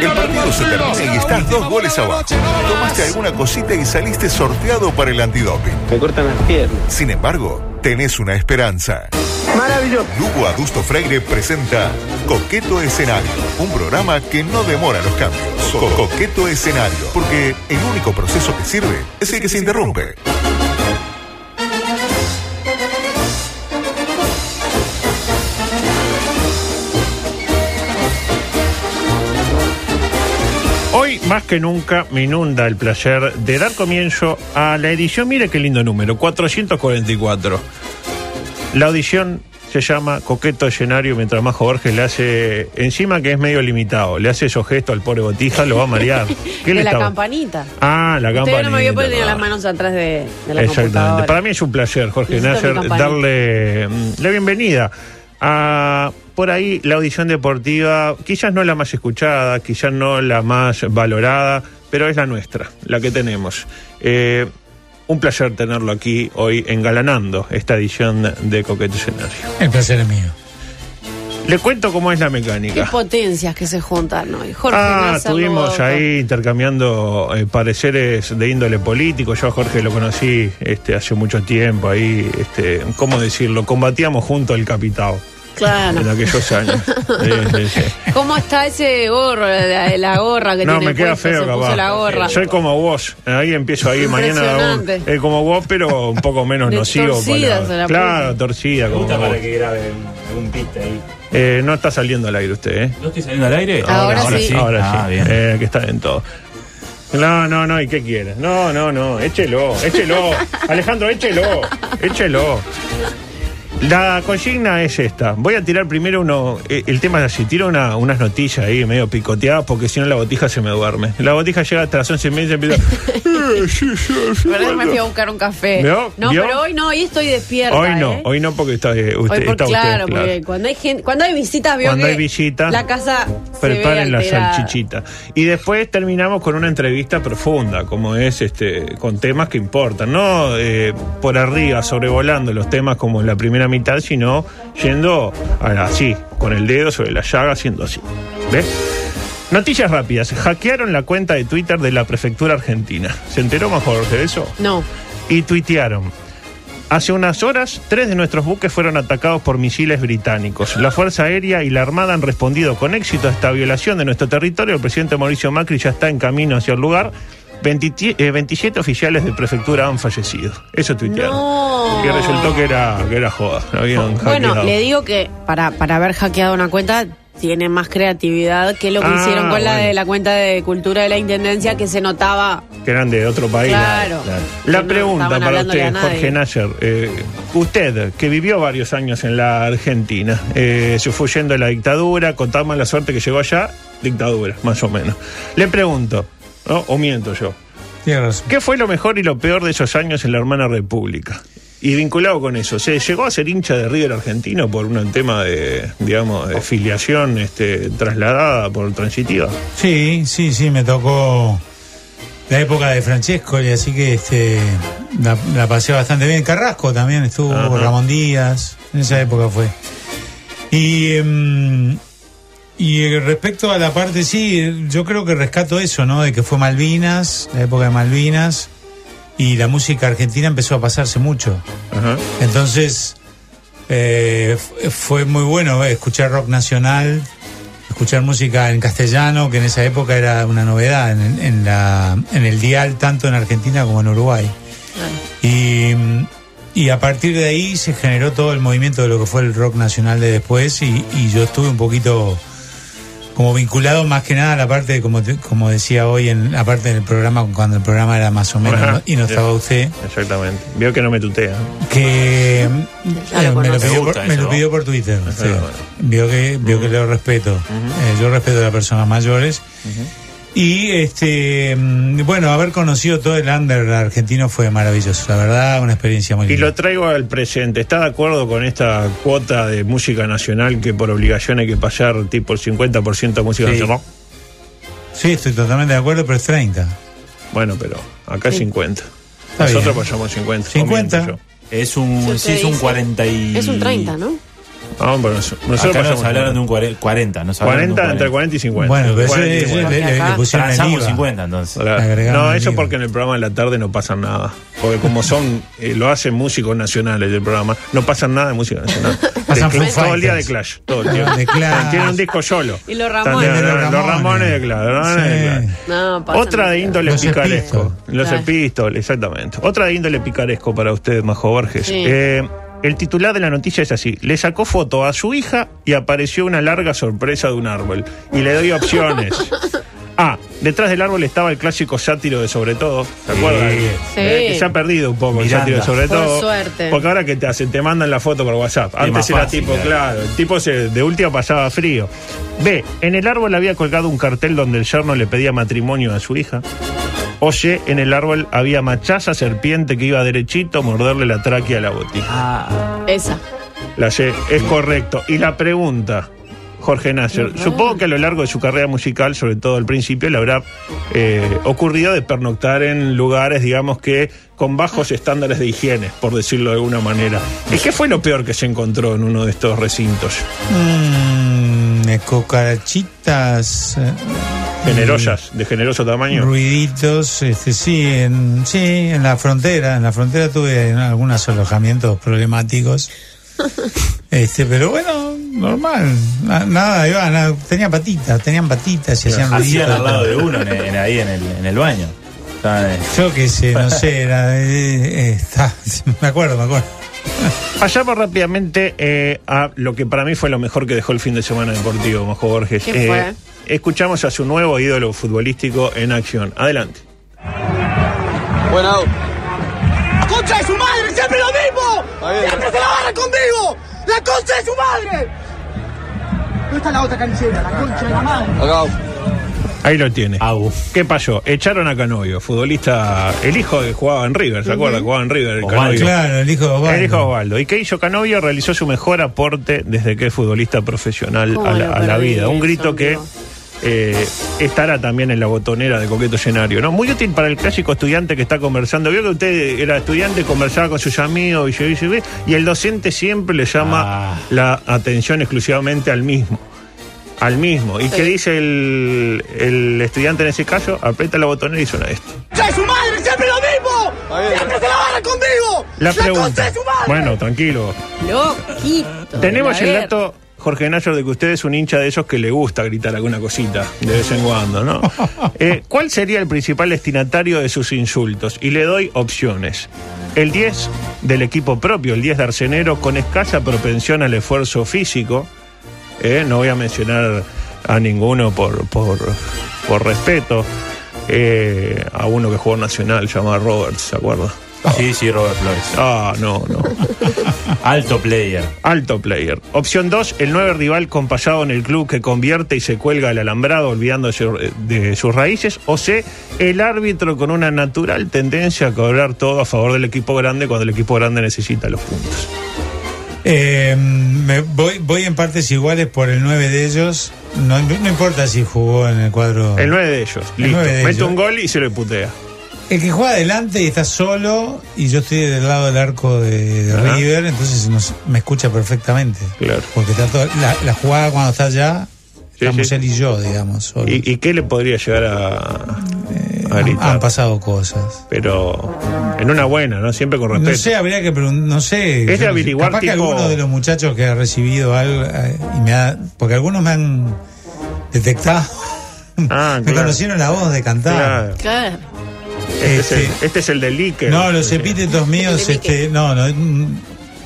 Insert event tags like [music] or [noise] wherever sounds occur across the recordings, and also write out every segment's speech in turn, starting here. El partido se termina y estás dos goles abajo. Tomaste alguna cosita y saliste sorteado para el antidoping. Me cortan las piernas. Sin embargo, tenés una esperanza. Maravilloso. Lugo Adusto Freire presenta Coqueto Escenario, un programa que no demora los cambios. Co- Coqueto Escenario, porque el único proceso que sirve es el que se interrumpe. Hoy más que nunca me inunda el placer de dar comienzo a la edición, mire qué lindo número, 444. La audición se llama Coqueto Escenario, mientras más Jorge le hace, encima que es medio limitado, le hace esos gestos al pobre Botija, lo va a [laughs] marear. ¿Qué le de la estaba- campanita. Ah, la Usted campanita. no me vio poner Ah. las manos atrás de, de la Exactamente. computadora. Para mí es un placer, Jorge Necesito Nasser, mi campanita. darle mm, la bienvenida a por ahí la audición deportiva, quizás no la más escuchada, quizás no la más valorada, pero es la nuestra, la que tenemos. Eh, un placer tenerlo aquí hoy engalanando esta edición de Coqueto Escenario. El placer es mío. Le cuento cómo es la Qué mecánica. potencias que se juntan hoy. Jorge Ah, Nasser, estuvimos Rodolfo. ahí intercambiando eh, pareceres de índole político. Yo a Jorge lo conocí este, hace mucho tiempo ahí, este, ¿cómo decirlo? Combatíamos junto al capitao Claro. en aquellos [laughs] años. Sí, sí, sí. ¿Cómo está ese gorro, la, la gorra que No, tiene me queda puesta? feo, se puso capaz. la gorra. Soy como vos. Ahí empiezo ahí mañana. hago- Impresionante. eh, como vos, pero un poco menos De nocivo. torcida se la claro, puso. torcida. Como gusta vos. para que grabe algún pista ahí. Eh, no está saliendo al aire usted, ¿eh? ¿No estoy saliendo al aire? Ahora sí. Ahora Ah, sí. bien. Eh, que está en todo. No, no, no, ¿y qué quiere? No, no, no, échelo, [laughs] échelo. Alejandro, échelo, échelo. La consigna es esta. Voy a tirar primero uno. eh, El tema es así: tiro una- unas noticias ahí medio picoteadas porque si no la botija se me duerme. La botija llega hasta las 11 y media y [laughs] empieza. "Eh, sí, sí, sí, Pero me bueno". fui a buscar un café. ¿Vio? No, ¿Vio? pero hoy no, hoy estoy despierta. Hoy no, ¿eh? hoy no porque está eh, Hoy usted. por- está usted, claro, claro. porque cuando hay gente, cuando hay visitas, vio Cuando que hay visitas, la casa se ve Preparen la alterada. salchichita. Y después terminamos con una entrevista profunda, como es este, con temas que importan, no eh, por arriba, sobrevolando los temas como en la primera mitad, sino yendo a la- así, con el dedo sobre la llaga, haciendo así. ¿Ves? Noticias rápidas. Hackearon la cuenta de Twitter de la prefectura argentina. ¿Se enteró más Jorge de eso? No, y tuitearon. Hace unas horas, tres de nuestros buques fueron atacados por misiles británicos. La Fuerza Aérea y la Armada han respondido con éxito a esta violación de nuestro territorio. El presidente Mauricio Macri ya está en camino hacia el lugar. 20 eh, 27 oficiales de prefectura han fallecido. Eso tuitearon. No. Que resultó que era, que era joda. lo habían bueno, hackeado. le digo que para, para haber hackeado una cuenta tiene más creatividad que lo que Ah, hicieron con la bueno. de la cuenta de cultura de la intendencia que se notaba. que eran de otro país. Claro. La- Que La no pregunta estaban para hablándole a usted, nadie. Jorge Nasser. eh, usted, que vivió varios años en la Argentina, eh, se fue yendo de la dictadura, contaba la suerte que llegó allá, dictadura, más o menos. Le pregunto, ¿no? o miento yo, Tiene razón. ¿qué fue lo mejor y lo peor de esos años en la hermana República? Y vinculado con eso, ¿se llegó a ser hincha de River Argentino por un tema de, digamos, de filiación este, trasladada por transitiva? Sí, sí, sí, me tocó la época de Francesco y así que este la, la pasé bastante bien. Carrasco también estuvo, Ajá. Ramón Díaz, en esa época fue. Y, em, y eh, respecto a la parte, sí, yo creo que rescato eso, ¿no? De que fue Malvinas, la época de Malvinas, y la música argentina empezó a pasarse mucho. Ajá. Entonces, eh, f- fue muy bueno eh, escuchar rock nacional, escuchar música en castellano, que en esa época era una novedad en, en la, en el dial, tanto en Argentina como en Uruguay. Y, mm, y a partir de ahí se generó todo el movimiento de lo que fue el rock nacional de después y, y yo estuve un poquito como vinculado más que nada a la parte, de, como, te- como decía hoy, en la parte del programa, cuando el programa era más o menos Ajá. ¿no? y no estaba usted Exactamente. Veo que no me tutea. que Ya lo eh, me, lo conoce. pidió gusta por, me eso, lo ¿no? pidió por Twitter. sí. bueno. Vio que, vio que lo respeto. Eh, yo respeto a las personas mayores. Y este mm, bueno, haber conocido todo el under argentino fue maravilloso. La verdad, una experiencia muy Y linda. lo traigo al presente. ¿Está de acuerdo con esta cuota de música nacional que por obligación hay que pasar tipo el 50% de música Sí. nacional? Sí, estoy totalmente de acuerdo, pero es 30. Bueno, pero acá Sí. 50. Está Nosotros pues, bien. pasamos 50. 50. comienzo yo. Es un, Si sí, usted es un dice- 40 y... Es un 30, ¿no? Vamos por eso. Nosotros Acá nos pasamos- hablaron de un cuare- 40, nos hablaron 40, de entre un 40. 40 y 50. Bueno, pero eso 40 y es- le, 50. igual. le- le pusieron el Transamos IVA. 50 entonces. Claro. Le agregamos No, el eso IVA. porque en el programa de la tarde no pasan nada. Porque como [laughs] son, eh, lo hacen músicos nacionales del programa, no pasan nada de música nacional. [laughs] Pasan De- Foo todo el día de Fighters. Clash. Todo el día. Ah, de Clash. Tiene un disco solo. Y los Ramones. Están- Tiene Los, los Ramones. Ramones de Clash. los Ramones de Sí. Clash. No, pasa Otra de nada. índole Los picaresco. Epístoles. Los Claro. epístoles, exactamente. Otra de índole picaresco para usted, Majo Borges. Sí. Eh, el titular de la noticia es así: le sacó foto a su hija y apareció una larga sorpresa de un árbol. Y le doy [laughs] opciones. A. Detrás del árbol estaba el clásico sátiro de sobre todo. ¿Te acuerdas? Sí. Sí. Eh, que se ha perdido un poco Miranda. el sátiro de sobre Por todo. suerte. Porque ahora que te hacen, te mandan la foto por WhatsApp. Antes más era fácil, tipo, claro. claro, el tipo se, de última pasaba frío. B. En el árbol había colgado un cartel donde el yerno le pedía matrimonio a su hija. O C. En el árbol había machaza serpiente que iba derechito a morderle la tráquea a la botija. Ah, Esa. La C es correcto. Y la pregunta, Jorge Nasser, supongo que a lo largo de su carrera musical, sobre todo al principio, le habrá eh, ocurrido de pernoctar en lugares, digamos que con bajos estándares de higiene, por decirlo de alguna manera. ¿Y qué fue lo peor que se encontró en uno de estos recintos? Mm, eh, cucarachitas. eh, Generosas, de generoso tamaño. Ruiditos, este, sí, en, sí, en la frontera, en la frontera tuve en algunos alojamientos problemáticos, este, pero bueno, normal, na- nada, iba, nada, tenía patitas, tenían patitas y hacían hacían ruiditos. al lado de uno en, en- ahí en el, en el baño. Estaban, eh, Yo qué sé, no sé, [laughs] era, eh, eh, está- [laughs] me acuerdo, me acuerdo. Pasamos rápidamente eh, a lo que para mí fue lo mejor que dejó el fin de semana deportivo, Majo Borges. Eh, ¿Qué fue? Escuchamos a su nuevo ídolo futbolístico en acción. Adelante. Bueno, ¡La concha de su madre! ¡Siempre lo mismo! ¡Siempre se la barra conmigo! ¡La concha de su madre! ¿Dónde está la otra camiseta? La concha de la madre. acá. Ahí lo tiene. Abu. ¿Qué pasó? Echaron a Canovio, futbolista, el hijo que jugaba en River, ¿se acuerda? Jugaba en River, el Osvaldo. Canovio. Claro, el hijo de Osvaldo. El hijo de Osvaldo. ¿Y qué hizo Canovio? Realizó su mejor aporte desde que es futbolista profesional ¿Cómo a la, lo a la perdí vida. Un eso, grito que amigo? eh, estará también en la botonera de Coqueto Llenario, ¿no? Muy útil para el clásico estudiante que está conversando. Vio que usted era estudiante, conversaba con sus amigos y, yo- y, yo- y el docente siempre le llama Ah. la atención exclusivamente al mismo. Al mismo. ¿Y qué dice el, el estudiante en ese caso? Aprieta la botonera y suena esto. ¡La concha de su madre! ¡Siempre lo mismo! ¡Siempre se la barra conmigo! La concha pregunta. de su madre! Bueno, tranquilo. Loquito. Tenemos A el ver. dato, Jorge Nacho, de que usted es un hincha de esos que le gusta gritar alguna cosita de vez en cuando, ¿no? Eh, ¿Cuál sería el principal destinatario de sus insultos? Y le doy opciones. El 10 del equipo propio, el 10 de Arcenero, con escasa propensión al esfuerzo físico. Eh, no voy a mencionar a ninguno por, por, por respeto. Eh, a uno que jugó Nacional, llamado Roberts, ¿se acuerda? Sí, sí, Robert Flores. Ah, no, no. Oh. Alto player. Alto player. Opción 2, el 9 rival con pasado en el club que convierte y se cuelga el alambrado olvidándose eh, de sus raíces. O C, el árbitro con una natural tendencia a cobrar todo a favor del equipo grande cuando el equipo grande necesita los puntos. Eh, me voy, voy en partes iguales por el 9 de ellos, no, no importa si jugó en el cuadro... El 9 de ellos, Ah. El listo. nueve de Mete ellos. un gol y se le putea. El que juega adelante y está solo, y yo estoy del lado del arco de, de Ajá. River, entonces nos- me escucha perfectamente. Claro. Porque está todo- la, la jugada cuando está allá, Sí, estamos sí. él y yo, digamos. solos. ¿Y, y qué le podría llegar a, a han, gritar? han pasado cosas. Pero en una buena, ¿no? Siempre con respeto. No sé, habría que preguntar, no sé. Es de yo no sé. averiguar, Capaz que tipo- alguno de los muchachos que ha recibido algo, eh, y me ha- porque algunos me han detectado, Ah, [laughs] me claro. conocieron la voz de cantar. Claro. Claro. Este, es el, Este- este es el del Iker. No, los Sí. epítetos míos, Entendí este, no, no, mm,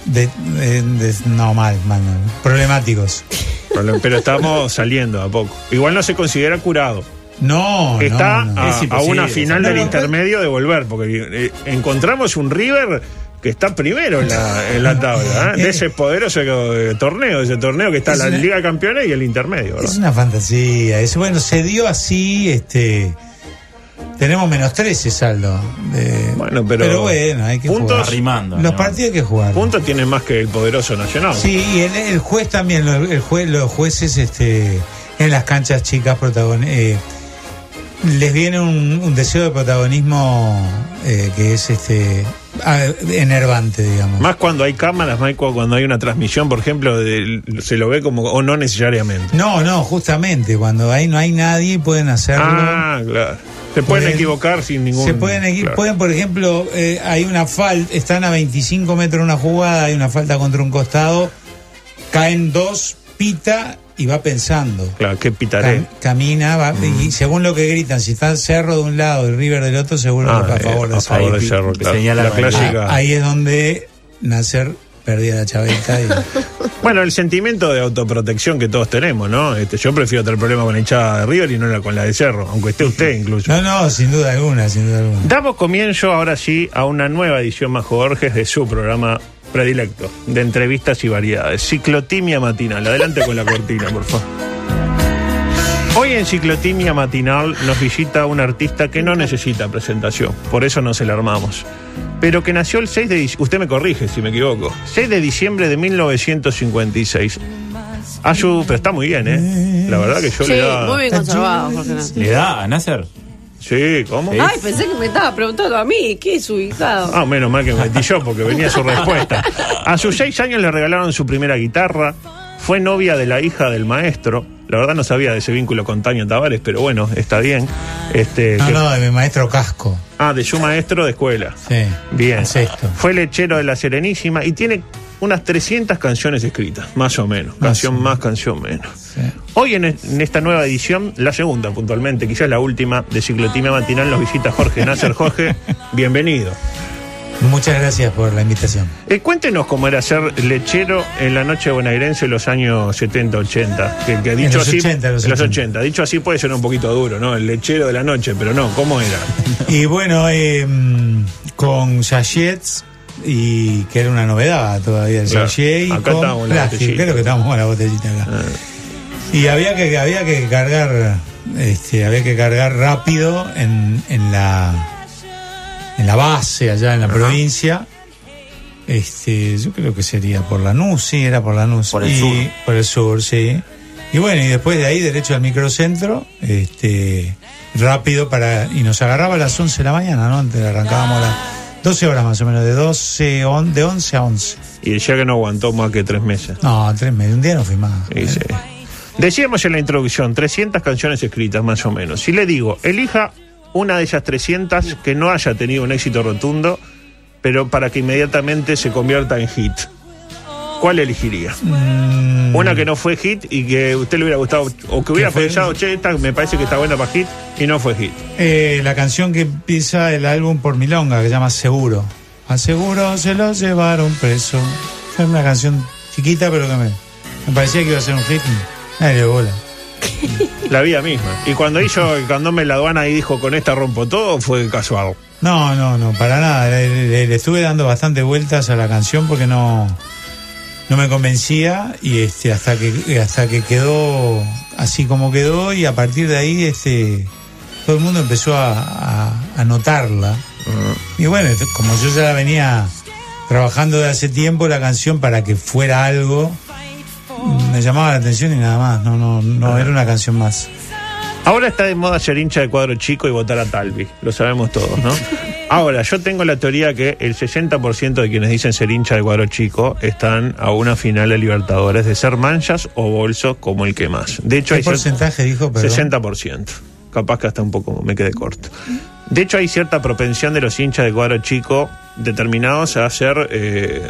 de- de- de- no, mal, mal, mal, problemáticos. Pero, pero estamos saliendo a poco. Igual no se considera curado. No, no, Está no. a, Oh, Es a una imposible. final No, del no, intermedio de volver, porque eh, encontramos un River que está primero en la, en la tabla, ¿eh? de ese poderoso eh, torneo, ese torneo que está Es la una- Liga de Campeones y el intermedio. ¿verdad? Es una fantasía. Es, bueno, se dio así, este. Tenemos menos 13 saldo. eh, Bueno, pero- bueno, hay que puntos- jugar. Arrimando, Los ¿no? partidos hay que jugar. Puntos tiene más que el poderoso Nacional. Sí, y el, el juez también, lo- el, juez, los jueces este, en las canchas chicas protagon, eh, les viene un, un deseo de protagonismo eh, que es este ah, enervante, digamos. Más cuando hay cámaras, Michael, cuando hay una transmisión, por ejemplo, de- se lo ve como, o no necesariamente. No, no, justamente, cuando ahí no hay nadie pueden hacerlo. Ah, claro. Se pueden Pueden- equivocar sin ningún. Se pueden, equi- claro. pueden, por ejemplo, eh, hay una falta, están a 25 metros de una jugada, hay una falta contra un costado, caen dos, pita y va pensando. Claro, que Cam- pitaré. camina, va- Mm. y según lo que gritan, si está Cerro de un lado y River del otro, seguro Ah, que está a eh, favor de a Cerro. favor de Ahí, Cerro, claro. señala La la clásica. Ah, ahí es donde Nacer perdía [laughs] la chaveta. y- Bueno, el sentimiento de autoprotección que todos tenemos, ¿no? Este, yo prefiero tener problemas con la hinchada de River y no la- con la de Cerro, aunque esté usted incluso. No, no, sin duda alguna, sin duda alguna. Damos comienzo ahora sí a una nueva edición más Jorges de su programa predilecto de entrevistas y variedades. Ciclotimia matinal. Adelante con la cortina, por favor. Hoy en Ciclotimia Matinal nos visita un artista que no necesita presentación, por eso no se la armamos. Pero que nació el 6 de diciembre, usted me corrige si me equivoco, 6 de diciembre de 1956. A Ah, su, pero está muy bien, ¿eh? La verdad que yo Sí, le da... muy [laughs] bien conservado, Jorge Nasser. ¿Le da a Nasser? Sí, ¿cómo? Ay, pensé que me estaba preguntando a mí, qué es ubicado. Ah, menos mal que me metí yo porque venía su respuesta. A sus seis años le regalaron su primera guitarra. Fue novia de la hija del maestro. La verdad no sabía de ese vínculo con Taño Tavares, pero bueno, está bien. Este, No, que- no, de mi maestro Casco. Ah, de su maestro de escuela. Sí. Bien. Es esto. Fue lechero de la Serenísima y tiene unas 300 canciones escritas, más o menos. Canción más, canción menos. Sí. Hoy en, es- en esta nueva edición, la segunda puntualmente, quizás la última de Ciclotimia Matinal, nos visita Jorge Nasser. Jorge, bienvenido. Muchas gracias por la invitación. Eh, cuéntenos cómo era ser lechero en la noche bonaerense en los años 70, 80. Que, que dicho los así, 80, los en 80. Dicho así puede ser un poquito duro, ¿no? El lechero de la noche, pero no, ¿cómo era? Y bueno, eh, mm, con sachets, y que era una novedad todavía el Claro. sachet, y Acá con estábamos en la plástico. botellita. Ah. Creo que estábamos con la botellita acá. Y había que, había que cargar, este, había que cargar rápido en, en la en la base allá en la provincia. Este, yo creo que sería por la NUS, sí, era por la NUS. Por el sur. Por el sur, sí. Y bueno, y después de ahí derecho al microcentro, este, rápido para. Y nos agarraba a las 11 de la mañana, ¿no? Antes arrancábamos a las 12 horas más o menos, de 12, on- de 11 a 11. Y ya que no aguantó más que tres meses. No, tres meses, un día no fui más. Y sí. Decíamos en la introducción, 300 canciones escritas más o menos. Si le digo, elija una de esas 300 que no haya tenido un éxito rotundo, pero para que inmediatamente se convierta en hit. ¿Cuál elegiría? Una que no fue hit y que usted le hubiera gustado, o que hubiera fue? pensado, che, esta me parece que está buena para hit y no fue hit. Eh, la canción que empieza el álbum por Milonga, que se llama Seguro. A Seguro se lo llevaron preso. Es una canción chiquita, pero que me, me parecía que iba a ser un hit. Nadie le dio bola. La vida misma. Y cuando hizo, cuando me la aduana y dijo, con esta rompo todo, fue casual. No, no, no, para nada. Le, le- le estuve dando bastante vueltas a la canción porque no, no me convencía y este, hasta que hasta que quedó así como quedó y a partir de ahí este, todo el mundo empezó a, a- a notarla. Y bueno, esto- como yo ya la venía trabajando de hace tiempo la canción para que fuera algo, me llamaba la atención y nada más. No, no, no era una canción más. Ahora está de moda ser hincha de cuadro chico y votar a Talvi, lo sabemos todos, ¿no? Ahora, yo tengo la teoría que el 60% de quienes dicen ser hincha de cuadro chico están a una final de Libertadores de ser manchas o bolsos como el que más. De hecho, ¿Qué hay cier- porcentaje dijo? Perdón. 60%. Capaz que hasta un poco me quedé corto. De hecho, hay cierta propensión de los hinchas de cuadro chico determinados a ser eh,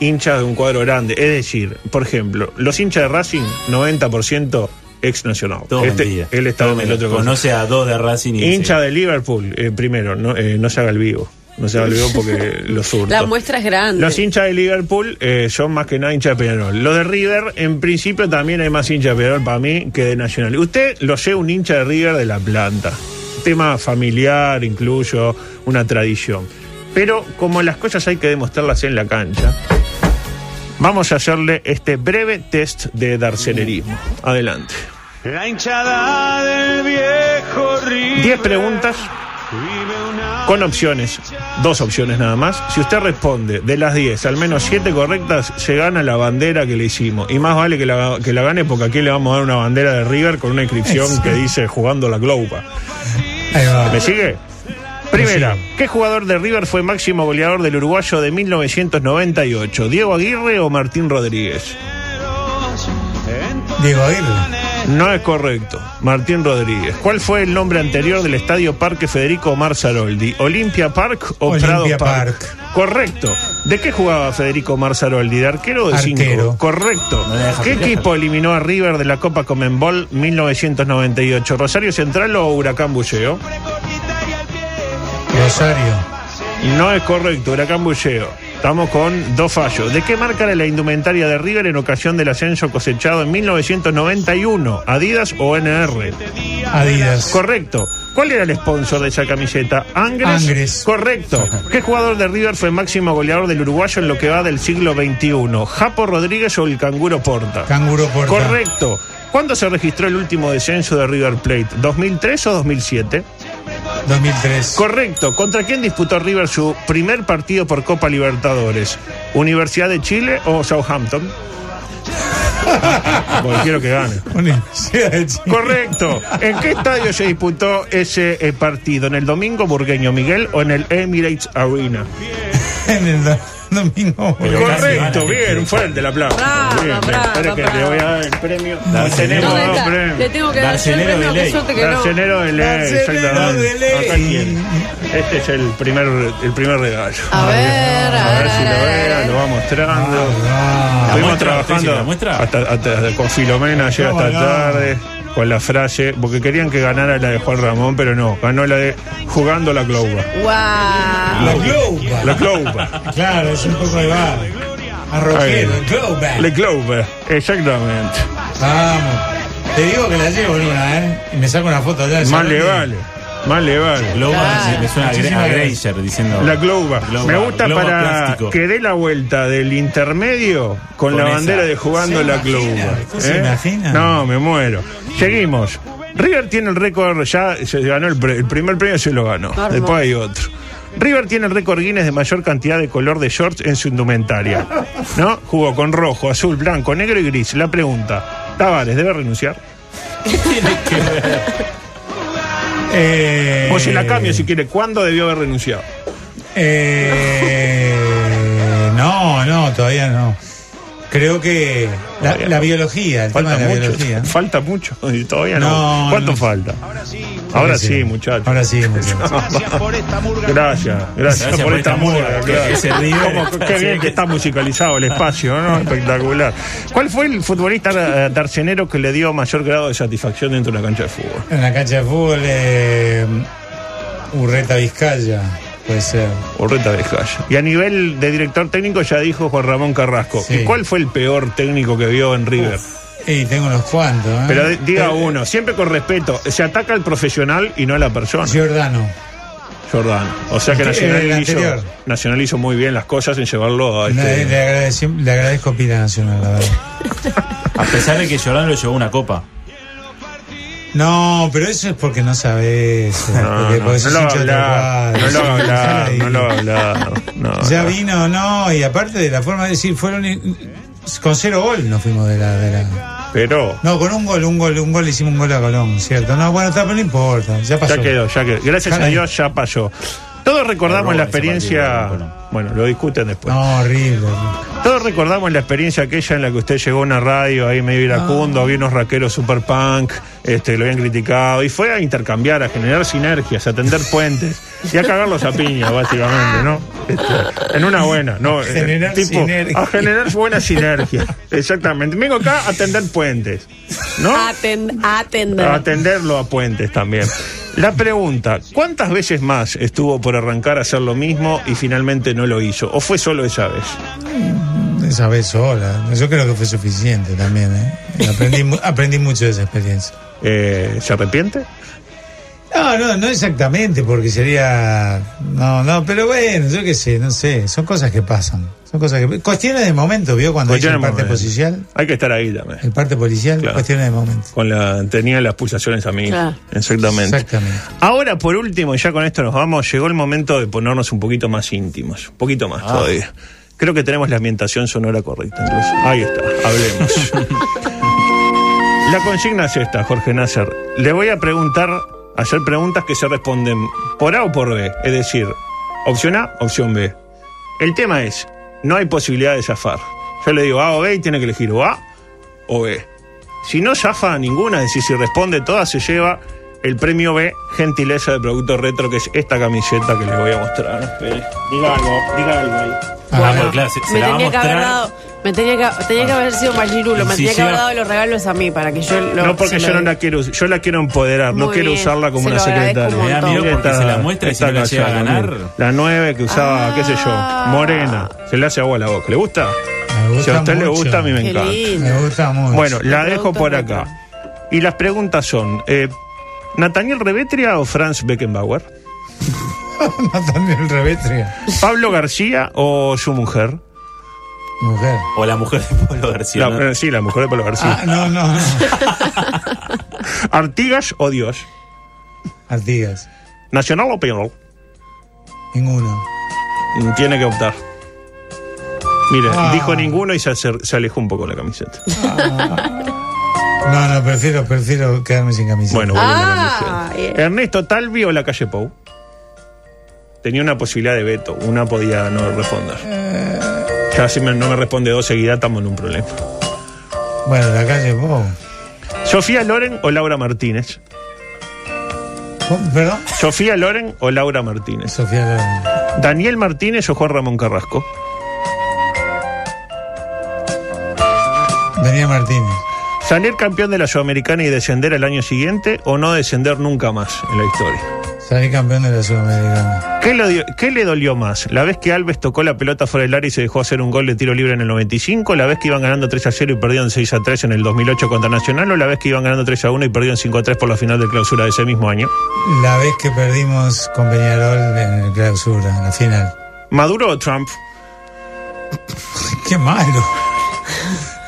hinchas de un cuadro grande. Es decir, por ejemplo, los hinchas de Racing, 90% ex nacional. Todo Este- mentira. él Todo estaba en el mentira. otro cosa. Conoce a dos de Racing y Hincha de Liverpool, eh, primero, no, eh, no se haga el vivo. No se haga el vivo [laughs] porque lo surto. La muestra es grande. Los hinchas de Liverpool eh, son más que nada hinchas de Peñarol. Lo de River, en principio, también hay más hinchas de Peñarol para mí que de Nacional. Usted lo sé un hincha de River de la planta. Tema familiar, incluyo, una tradición. Pero como las cosas hay que demostrarlas en la cancha, vamos a hacerle este breve test de darcelerismo. Adelante. La hinchada del viejo River 10 preguntas vive una con opciones, dos opciones nada más. Si usted responde de las 10, al menos 7 correctas, se gana la bandera que le hicimos. Y más vale que la, que la gane porque aquí le vamos a dar una bandera de River con una inscripción que dice jugando la globa. Ahí va. ¿Me sigue? Primera, ¿qué jugador de River fue máximo goleador del uruguayo de 1998? ¿Diego Aguirre o Martín Rodríguez? Diego Aguirre. No es correcto. Martín Rodríguez. ¿Cuál fue el nombre anterior del estadio Parque Federico Omar Saroldi? ¿Olimpia Park o Olimpia Prado Park? Park. Correcto. ¿De qué jugaba Federico Omar Saroldi? ¿De arquero o de cinco? Arquero. Correcto. No le deja ¿Qué pelear. equipo eliminó a River de la Copa Comenbol 1998? ¿Rosario Central o Huracán Bulleo? Rosario. No es correcto, Huracán Bulleo. Estamos con dos fallos. ¿De qué marca era la indumentaria de River en ocasión del ascenso cosechado en 1991? ¿Adidas o NR? Adidas. Correcto. ¿Cuál era el sponsor de esa camiseta? Angres. Angres. Correcto. ¿Qué jugador de River fue máximo goleador del uruguayo en lo que va del siglo XXI? ¿Japo Rodríguez o el Canguro Porta? Canguro Porta. Correcto. ¿Cuándo se registró el último descenso de River Plate? ¿2003 o 2007? 2003. Correcto. ¿Contra quién disputó River su primer partido por Copa Libertadores? ¿Universidad de Chile o [laughs] Southampton? Porque quiero que gane. Universidad de Chile. Correcto. ¿En qué estadio se disputó ese eh, partido? ¿En el Domingo Burgueño Miguel o en el Emirates Arena? En el do- domingo. Pero Correcto, casi gana. bien, fuerte el aplauso. Bravo, bien, bien. bravo, Espera que bravo. le voy a dar el premio. Dale, Hoy tenemos ¿Dónde No, dos está? premios. Le tengo que dar yo el Barcelero premio, de qué ley. suerte que no. Carcelero de ley, Carcelero exactamente. de ley. Acá quién. Este es el primer, el primer regalo. A ver, A ver si lo ah, vea, lo ver. va mostrando. Ah, La Estuvimos muestra, trabajando Stacy, la muestra. Hasta, hasta- con Filomena ayer ¿Cómo hasta no? tarde, con la frase, porque querían que ganara la de Juan Ramón, pero no, ganó la de jugando la clouba. La Wow. Globa. La [laughs] clouba. Claro, es un poco de bar. Arrojero, Ahí. Globa. La clouba, exactamente. Vamos. Te digo que la llevo en una, ¿eh? Y me saco una foto allá. de Más San le Martín. vale, más le vale. Globo Claro. me suena a Gre- Muchísimas a gracias. Granger diciendo. La clouba. Globa, Me gusta globo para plástico. que dé la vuelta del intermedio con, Con la esa. bandera de jugando ¿Se la imagina? clouba. ¿Usted se imagina? No, me muero. Seguimos. River tiene el récord, ya se ganó el, pre- el primer premio, se lo ganó. Hermoso. Después hay otro. River tiene el récord Guinness de mayor cantidad de color de shorts en su indumentaria. ¿No? Jugó con rojo, azul, blanco, negro y gris. La pregunta, Tavares, ¿debe renunciar? Eh, O si Eh. la cambio si quiere, ¿cuándo debió haber renunciado? Eh, no, no, todavía no. Creo que la, Todavía la no. biología, el Falta tema de la mucho, biología. falta mucho y todavía no. No, ¿Cuánto no. falta? Ahora sí, muchachos. Ahora sí, [laughs] muchachos. Gracias por esta murga. Gracias, gracias, Gracias por esta murga. que- claro. que se ríe. Cómo- Qué bien que está musicalizado el espacio, ¿no? Espectacular. ¿Cuál fue el futbolista eh, darcenero que le dio mayor grado de satisfacción dentro de una cancha de fútbol? En la cancha de fútbol, eh, Urreta Vizcaya, puede ser. Urreta Vizcaya. Y a nivel de director técnico ya dijo Juan Ramón Carrasco. Sí. ¿Y cuál fue el peor técnico que vio en River? Y tengo unos cuantos. ¿eh? Pero de- diga Eh, uno, siempre con respeto, se ataca al profesional y no a la persona. Giordano. Jordano. O sea que Eh, Nacional, el hizo, anterior. eh, Nacional hizo muy bien las cosas en llevarlo a Le, le este. agradeci- le agradezco a Pila Nacional, la verdad. A pesar de que Llorán lo llevó una copa. No, pero eso es porque no sabes. eh, No, porque, no, porque no sos lo va a hincha de otro hablar, no cuadro. lo va a [laughs] hablar, Ya no lo va a leí. hablar. no, Ya no. vino, no, y aparte de la forma de decir, fueron i- con cero gol nos fuimos de la, de la- Pero No, con un gol, un gol, un gol hicimos un gol a Colón, ¿cierto? No, bueno, está, pero no importa, ya pasó. ya quedó, ya quedó. Gracias a Caray. Dios ya pasó. Todos recordamos Roba la ese experiencia. partido, no, Bueno, lo discuten después. No, horrible. Todos recordamos la experiencia aquella en la que usted llegó a una radio ahí medio iracundo, había unos raqueros super punk, este, lo habían criticado, y fue a intercambiar, a generar sinergias, a tender puentes y a cagarlos a piña, básicamente, ¿no? Este, en una buena, ¿no? eh, Generar sinergia. A generar buenas sinergias, exactamente. Vengo acá a tender puentes, ¿no? Ah, Aten- Atender. A atenderlo a puentes también. La pregunta, ¿cuántas veces más estuvo por arrancar a hacer lo mismo y finalmente no lo hizo? ¿O fue solo esa vez? Esa vez sola, yo creo que fue suficiente también, ¿eh? Aprendí, mu- aprendí mucho de esa experiencia. Eh, ¿Se arrepiente? No, no, no exactamente, porque sería. No, no, pero bueno, yo qué sé, no sé, son cosas que pasan. Son cosas que. Cuestiones de momento, ¿vio? Cuando hice Cuestiones el Pues parte de momento. policial, Hay que estar ahí también. el parte policial, Claro. cuestiones de momento. Con la, tenía las pulsaciones a mí. Claro. Exactamente. Exactamente. Ahora, por último, y ya con esto nos vamos, llegó el momento de ponernos un poquito más íntimos. Un poquito más todavía. Creo que tenemos la ambientación sonora correcta. incluso. Ahí está, hablemos. la consigna es esta, Jorge Nasser. Le voy a preguntar Hacer preguntas que se responden por A o por B. Es decir, opción A, opción B. El tema es, no hay posibilidad de zafar. Yo le digo A o B y tiene que elegir o A o B. Si no zafa ninguna, es decir, si responde todas, se lleva el premio B, gentileza de producto retro, que es esta camiseta que les voy a mostrar. Espere, Diga algo, diga algo ahí. Ah, bueno, claro, se, se me la va a tenía que haber mostrar. Ah. dado, me tenía que, tenía que haber sido Mayirulo, me Si tenía que haber llega- dado los regalos a mí para que yo lo, No porque se yo lo- no la quiero, us- yo la quiero empoderar, no Muy quiero bien, usarla como se una lo agradezco un secretaria. Me da montón. miedo porque Esta- se la muestra y si esta no la llega a cachada, ganar. mira. La 9 que usaba, qué sé Ah. yo, morena, se le hace agua a la boca. ¿Le gusta? Me gusta si a usted le mucho. gusta, a mí me Qué encanta. lindo. Me gusta mucho. [laughs] Bueno, la Los dejo productos por retro. acá. Y las preguntas son, eh, ¿Nathaniel Revetria o Franz Beckenbauer? no también el revetria. ¿Pablo García o su mujer? Mujer. O la mujer de Pablo García. La- ¿no? eh, sí, la mujer de Pablo García. Ah, no, no, no. Ah. ¿Artigas o Dios? Artigas. ¿Nacional o Peñarol? Ninguno. Mm, Tiene que optar. Mire, Ah. dijo ninguno y se, acer- se alejó un poco la camiseta. No, no, prefiero, prefiero quedarme sin camiseta. Bueno, volviendo a la Ah, camiseta. bien. Ernesto Talvi o la calle Pou. Tenía una posibilidad de veto, una podía no responder. Ya si me- no me responde dos seguidas, estamos en un problema. Bueno, la calle vos. ¿Sofía Loren o Laura Martínez? Oh, ¿Cómo? ¿Perdón? ¿Sofía Loren o Laura Martínez? Sofía Loren. ¿Daniel Martínez o Juan Ramón Carrasco? Daniel Martínez. ¿Salir campeón de la Sudamericana y descender al año siguiente o no descender nunca más en la historia? Salí campeón de la Sudamericana. ¿Qué, lo dio- qué le dolió más? ¿La vez que Alves tocó la pelota fuera del área y se dejó hacer un gol de tiro libre en el 95? ¿La vez que iban ganando 3 a 0 y perdieron 6 a 3 en el 2008 contra Nacional? ¿O la vez que iban ganando 3 a 1 y perdieron 5 a 3 por la final de clausura de ese mismo año? La vez que perdimos con Peñarol en el clausura, en la final. [laughs] ¿Maduro o Trump? Qué malo.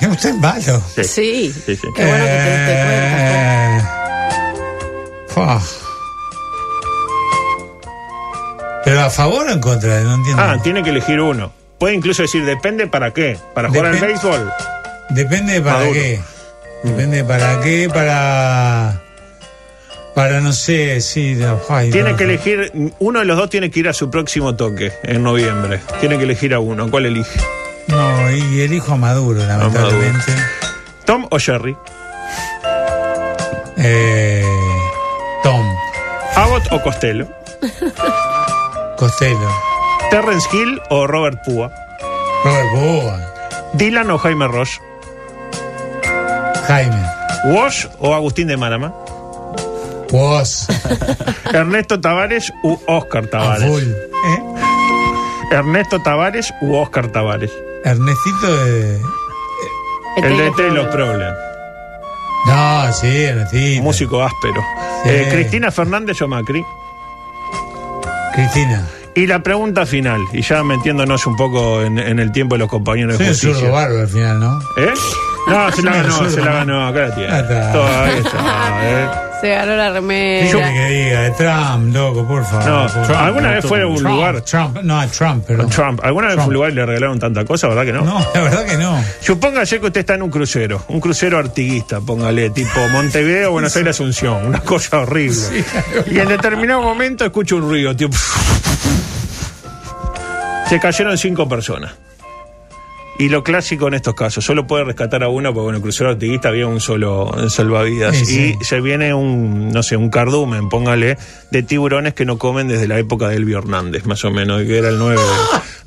Usted es malo. eh, Sí. Sí, sí. Qué bueno que te diste cuenta. Eh, fua. Pero a favor o en contra, no entiendo. Ah, tiene que elegir uno. Puede incluso decir, depende para qué. ¿Para jugar al Depende. béisbol? Depende de para Maduro. qué. Depende de para qué, para. Para no sé, sí. no, ay, Tiene no, que no. elegir, uno de los dos tiene que ir a su próximo toque en noviembre. Tiene que elegir a uno. ¿Cuál elige? No, y elijo a Maduro, lamentablemente. ¿Tom o Jerry? Eh, Tom, ¿Abbott o Costello? Costello, ¿Terrence Hill o Robert Púa? Robert Boa, ¿Dylan o Jaime Ross? Jaime, ¿Walsh o Agustín de Manama? Woz, ¿Ernesto Tavares u Oscar Azul. Tavares? ¿eh? ¿Ernesto Tavares u Oscar Tavares? Ernestito de. Este El de Telo Problem. Problem. No, sí, Ernestito. Músico áspero. Sí. Eh, ¿Cristina Fernández o Macri? Cristina. Y la pregunta final, y ya metiéndonos un poco en, en el tiempo de los compañeros Soy de un justicia. zurdo bárbaro al final, ¿no? ¿Eh? No, se la ganó, Absurdo, se la ¿no? ganó, acá la Ah, tiene. está. Todo, ahí está, ¿eh? [laughs] Se ganó la ¿Qué quiere remera. que diga? De Trump, loco, por favor. No, por- Trump, alguna vez fue a un Trump, lugar, Trump, no, a Trump, perdón. Trump, alguna vez fue a un lugar y le regalaron tanta cosa, ¿verdad que no? No, la verdad que no. Supóngase que usted está en un crucero, un crucero artiguista, póngale, tipo Montevideo, Buenos Aires, Asunción, una cosa horrible. y en determinado momento escucha un ruido, tipo. Se cayeron cinco personas. Y lo clásico en estos casos, solo puede rescatar a uno, porque bueno, el crucero artiguista había un solo salvavidas. Sí, sí. Y se viene un, no sé, un cardumen, póngale, de tiburones que no comen desde la época de Elvio Hernández, más o menos, que era el 9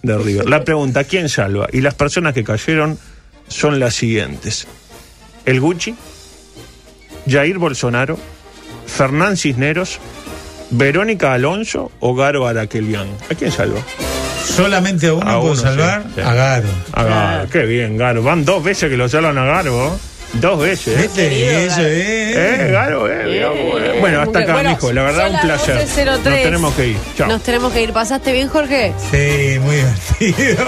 de, de River. La pregunta, ¿quién salva? Y las personas que cayeron son las siguientes. El Gucci, Jair Bolsonaro, Fernán Cisneros, Verónica Alonso o Garo Araquelian. ¿A quién salva? Solamente a uno A puedo uno, sí, salvar, sí. a Garo. A Garo. Qué bien, Garo. Van dos veces que lo salvan a Garo. Dos veces. Viste, Este, y eso es. Eh, Garo, eh, mirá vos, eh. Bueno, hasta acá, mijo. La verdad, son un las placer. 12.03. Nos tenemos que ir. Chao. Nos tenemos que ir. ¿Pasaste bien, Jorge? Sí, muy [laughs] divertido.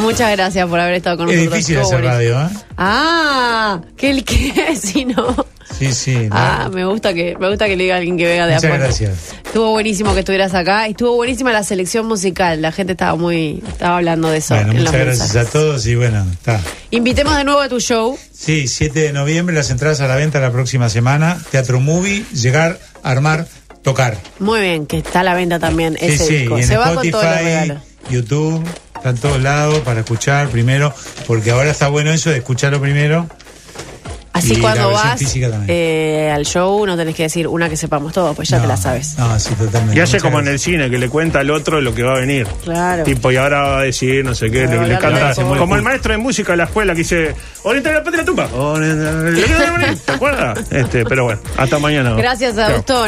Muchas gracias por haber estado con Es nosotros. difícil Estuvo hacer buenísimo. radio, ¿eh? Ah, que el que, [laughs] si no. Sí, sí. ¿no? Ah, me gusta que me gusta que le diga a alguien que venga de Muchas afuera. gracias. Estuvo buenísimo que estuvieras acá. Estuvo buenísima la selección musical. La gente estaba muy estaba hablando de eso. Bueno, en muchas los gracias mensajes. a todos y bueno, está. Invitemos de nuevo a tu show. Sí, 7 de noviembre, las entradas a la venta la próxima semana. Teatro Movie, llegar, armar, tocar. Muy bien, que está a la venta también Sí, ese sí, disco. y en Se va con todos los Spotify, regalos. YouTube, está en todos lados para escuchar primero, porque ahora está bueno eso de escucharlo primero. Así y cuando la versión vas física también. eh, al show no tenés que decir una que sepamos todos, pues ya te No, la sabes. No, sí, totalmente. Y hace Muchas como en el gracias. cine, que le cuenta al otro lo que va a venir. Claro. Tipo, y ahora va a decir, no sé qué, Claro, le, le hablar de canta. eso. Como el maestro de música de la escuela que dice, ahorita la parte de la tumba. Orienta la parte de la tumba", ¿Te acuerdas? Este, pero bueno, hasta mañana. Gracias, Chao. Agustón.